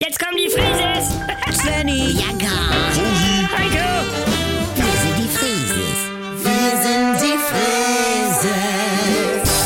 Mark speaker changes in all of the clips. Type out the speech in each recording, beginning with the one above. Speaker 1: Jetzt kommen die Frises!
Speaker 2: Svenny,
Speaker 3: Ja, gar.
Speaker 1: Heiko!
Speaker 3: Wir sind die Frieses. Wir sind die Frieses.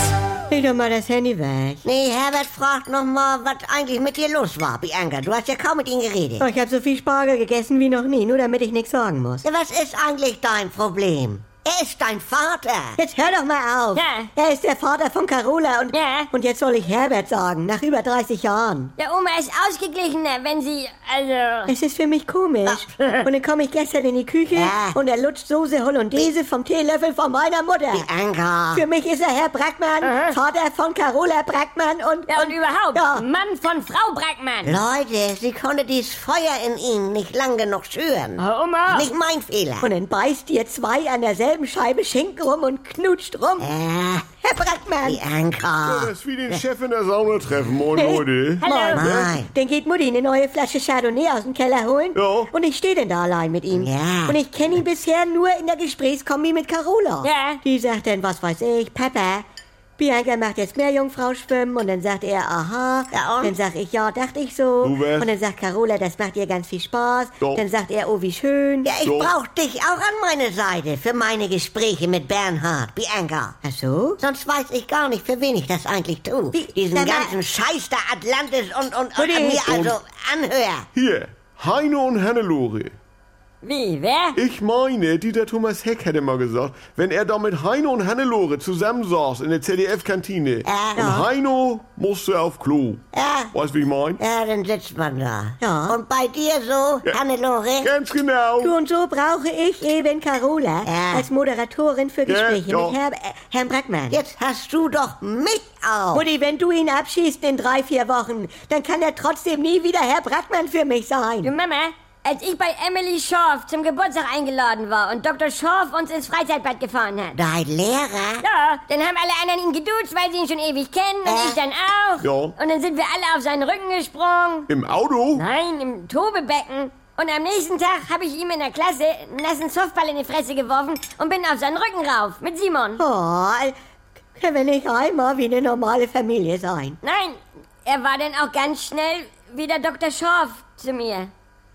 Speaker 2: leg doch mal das Handy weg.
Speaker 3: Nee, Herbert fragt nochmal, was eigentlich mit dir los war, Bianca. Du hast ja kaum mit ihm geredet.
Speaker 2: Oh, ich habe so viel Spargel gegessen wie noch nie, nur damit ich nichts sagen muss.
Speaker 3: Ja, was ist eigentlich dein Problem? Er ist dein Vater.
Speaker 2: Jetzt hör doch mal auf.
Speaker 1: Ja.
Speaker 2: Er ist der Vater von Carola und...
Speaker 1: Ja.
Speaker 2: Und jetzt soll ich Herbert sagen, nach über 30 Jahren.
Speaker 1: Der Oma ist ausgeglichener, wenn sie. Also.
Speaker 2: Es ist für mich komisch.
Speaker 3: Ah.
Speaker 2: Und dann komme ich gestern in die Küche
Speaker 3: Ja.
Speaker 2: und er lutscht Soße Hollandaise vom Teelöffel von meiner Mutter.
Speaker 3: Bianca.
Speaker 2: Für mich ist er Herr Brackmann, Vater von Carola Brackmann und...
Speaker 1: Ja, und überhaupt.
Speaker 2: Ja.
Speaker 1: Mann von Frau Brackmann.
Speaker 3: Leute, sie konnte dieses Feuer in ihm nicht lang genug schüren.
Speaker 1: Oh, Oma.
Speaker 3: Nicht mein Fehler.
Speaker 2: Und dann beißt ihr zwei an derselben Scheibe Schinken rum und knutscht rum.
Speaker 3: Äh,
Speaker 2: Herr Brackmann!
Speaker 4: Das
Speaker 3: Bianca.
Speaker 4: ist wie den Chef in der Sauna treffen, moin Leute.
Speaker 1: Hallo.
Speaker 3: Nein.
Speaker 2: Dann geht Mutti eine neue Flasche Chardonnay aus dem Keller holen.
Speaker 4: Ja.
Speaker 2: Und ich stehe denn da allein mit ihm.
Speaker 3: Ja.
Speaker 2: Und ich kenne ihn bisher nur in der Gesprächskombi mit Carola.
Speaker 1: Ja.
Speaker 2: Die sagt dann, was weiß ich, Papa, Bianca macht jetzt Meerjungfrau schwimmen. Und dann sagt er, aha.
Speaker 3: Ja, und?
Speaker 2: Dann sag ich, ja, dachte ich so.
Speaker 4: Du wärst-
Speaker 2: Und dann sagt Carola, das macht ihr ganz viel Spaß.
Speaker 4: Ja.
Speaker 2: Dann sagt er, oh, wie schön.
Speaker 3: Ja, ich
Speaker 4: So.
Speaker 3: brauch dich auch an meiner Seite für meine Gespräche mit Bernhard, Bianca.
Speaker 2: Ach so?
Speaker 3: Sonst weiß ich gar nicht, für wen ich das eigentlich tue.
Speaker 2: Wie?
Speaker 3: Diesen
Speaker 2: Sag mal-
Speaker 3: ganzen Scheiß da Atlantis und, und, und
Speaker 2: Mutti.
Speaker 3: mir also anhör.
Speaker 4: Hier, Heino und Hannelore.
Speaker 1: Wie, wer?
Speaker 4: Ich meine, Dieter Thomas Heck hätte mal gesagt, wenn er da mit Heino und Hannelore zusammensaß in der ZDF-Kantine und
Speaker 3: ja.
Speaker 4: um Heino musste auf Klo.
Speaker 3: Ja.
Speaker 4: Weißt du, wie ich meine?
Speaker 3: Ja, dann sitzt man da.
Speaker 2: Ja.
Speaker 3: Und bei dir so,
Speaker 4: Ja.
Speaker 3: Hannelore?
Speaker 4: Ganz genau.
Speaker 2: Du und so brauche ich eben Carola
Speaker 3: Ja.
Speaker 2: als Moderatorin für
Speaker 4: Ja,
Speaker 2: Gespräche
Speaker 4: ja.
Speaker 2: mit Herr, äh, Herrn Brackmann.
Speaker 3: Jetzt hast du doch mich auf.
Speaker 2: Mutti, wenn du ihn abschießt in drei, vier Wochen, dann kann er trotzdem nie wieder Herr Brackmann für mich
Speaker 1: Du
Speaker 5: Genau.
Speaker 2: sein.
Speaker 1: Mama, als ich bei Emily Schorf zum Geburtstag eingeladen war und Dr. Schorf uns ins Freizeitbad gefahren hat.
Speaker 3: Dein Lehrer?
Speaker 1: Ja, dann haben alle anderen ihn geduzt, weil sie ihn schon ewig kennen und
Speaker 3: Äh.
Speaker 1: ich dann auch.
Speaker 4: Ja.
Speaker 1: Und dann sind wir alle auf seinen Rücken gesprungen.
Speaker 4: Im Auto?
Speaker 1: Nein, im Tobebecken. Und am nächsten Tag habe ich ihm in der Klasse einen nassen Softball in die Fresse geworfen und bin auf seinen Rücken rauf mit Simon.
Speaker 2: Oh, können wir nicht einmal wie eine normale Familie sein?
Speaker 1: Nein, er war dann auch ganz schnell wieder Dr. Schorf zu mir.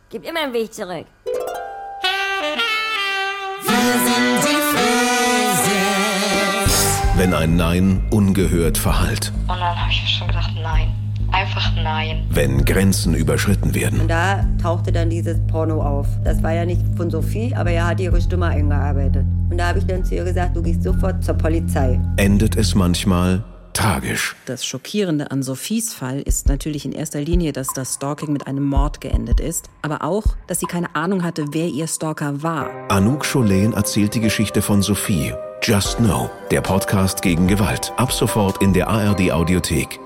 Speaker 1: Gibt immer einen Weg zurück.
Speaker 6: Wenn ein Nein ungehört verhallt,
Speaker 7: Und dann habe ich schon gedacht, nein. Einfach nein.
Speaker 6: wenn Grenzen überschritten werden,
Speaker 5: Da tauchte dann dieses Porno auf. Das war ja nicht von Sophie, aber er hat ihre Stimme eingearbeitet. Und da habe ich dann zu ihr gesagt, du gehst sofort zur Polizei.
Speaker 6: endet es manchmal tragisch.
Speaker 8: Das Schockierende an Sophies Fall ist natürlich in erster Linie, dass das Stalking mit einem Mord geendet ist, aber auch, dass sie keine Ahnung hatte, wer ihr Stalker war.
Speaker 6: Anouk Cholet erzählt die Geschichte von Sophie. Just Know, der Podcast gegen Gewalt. Ab sofort in der ARD Audiothek.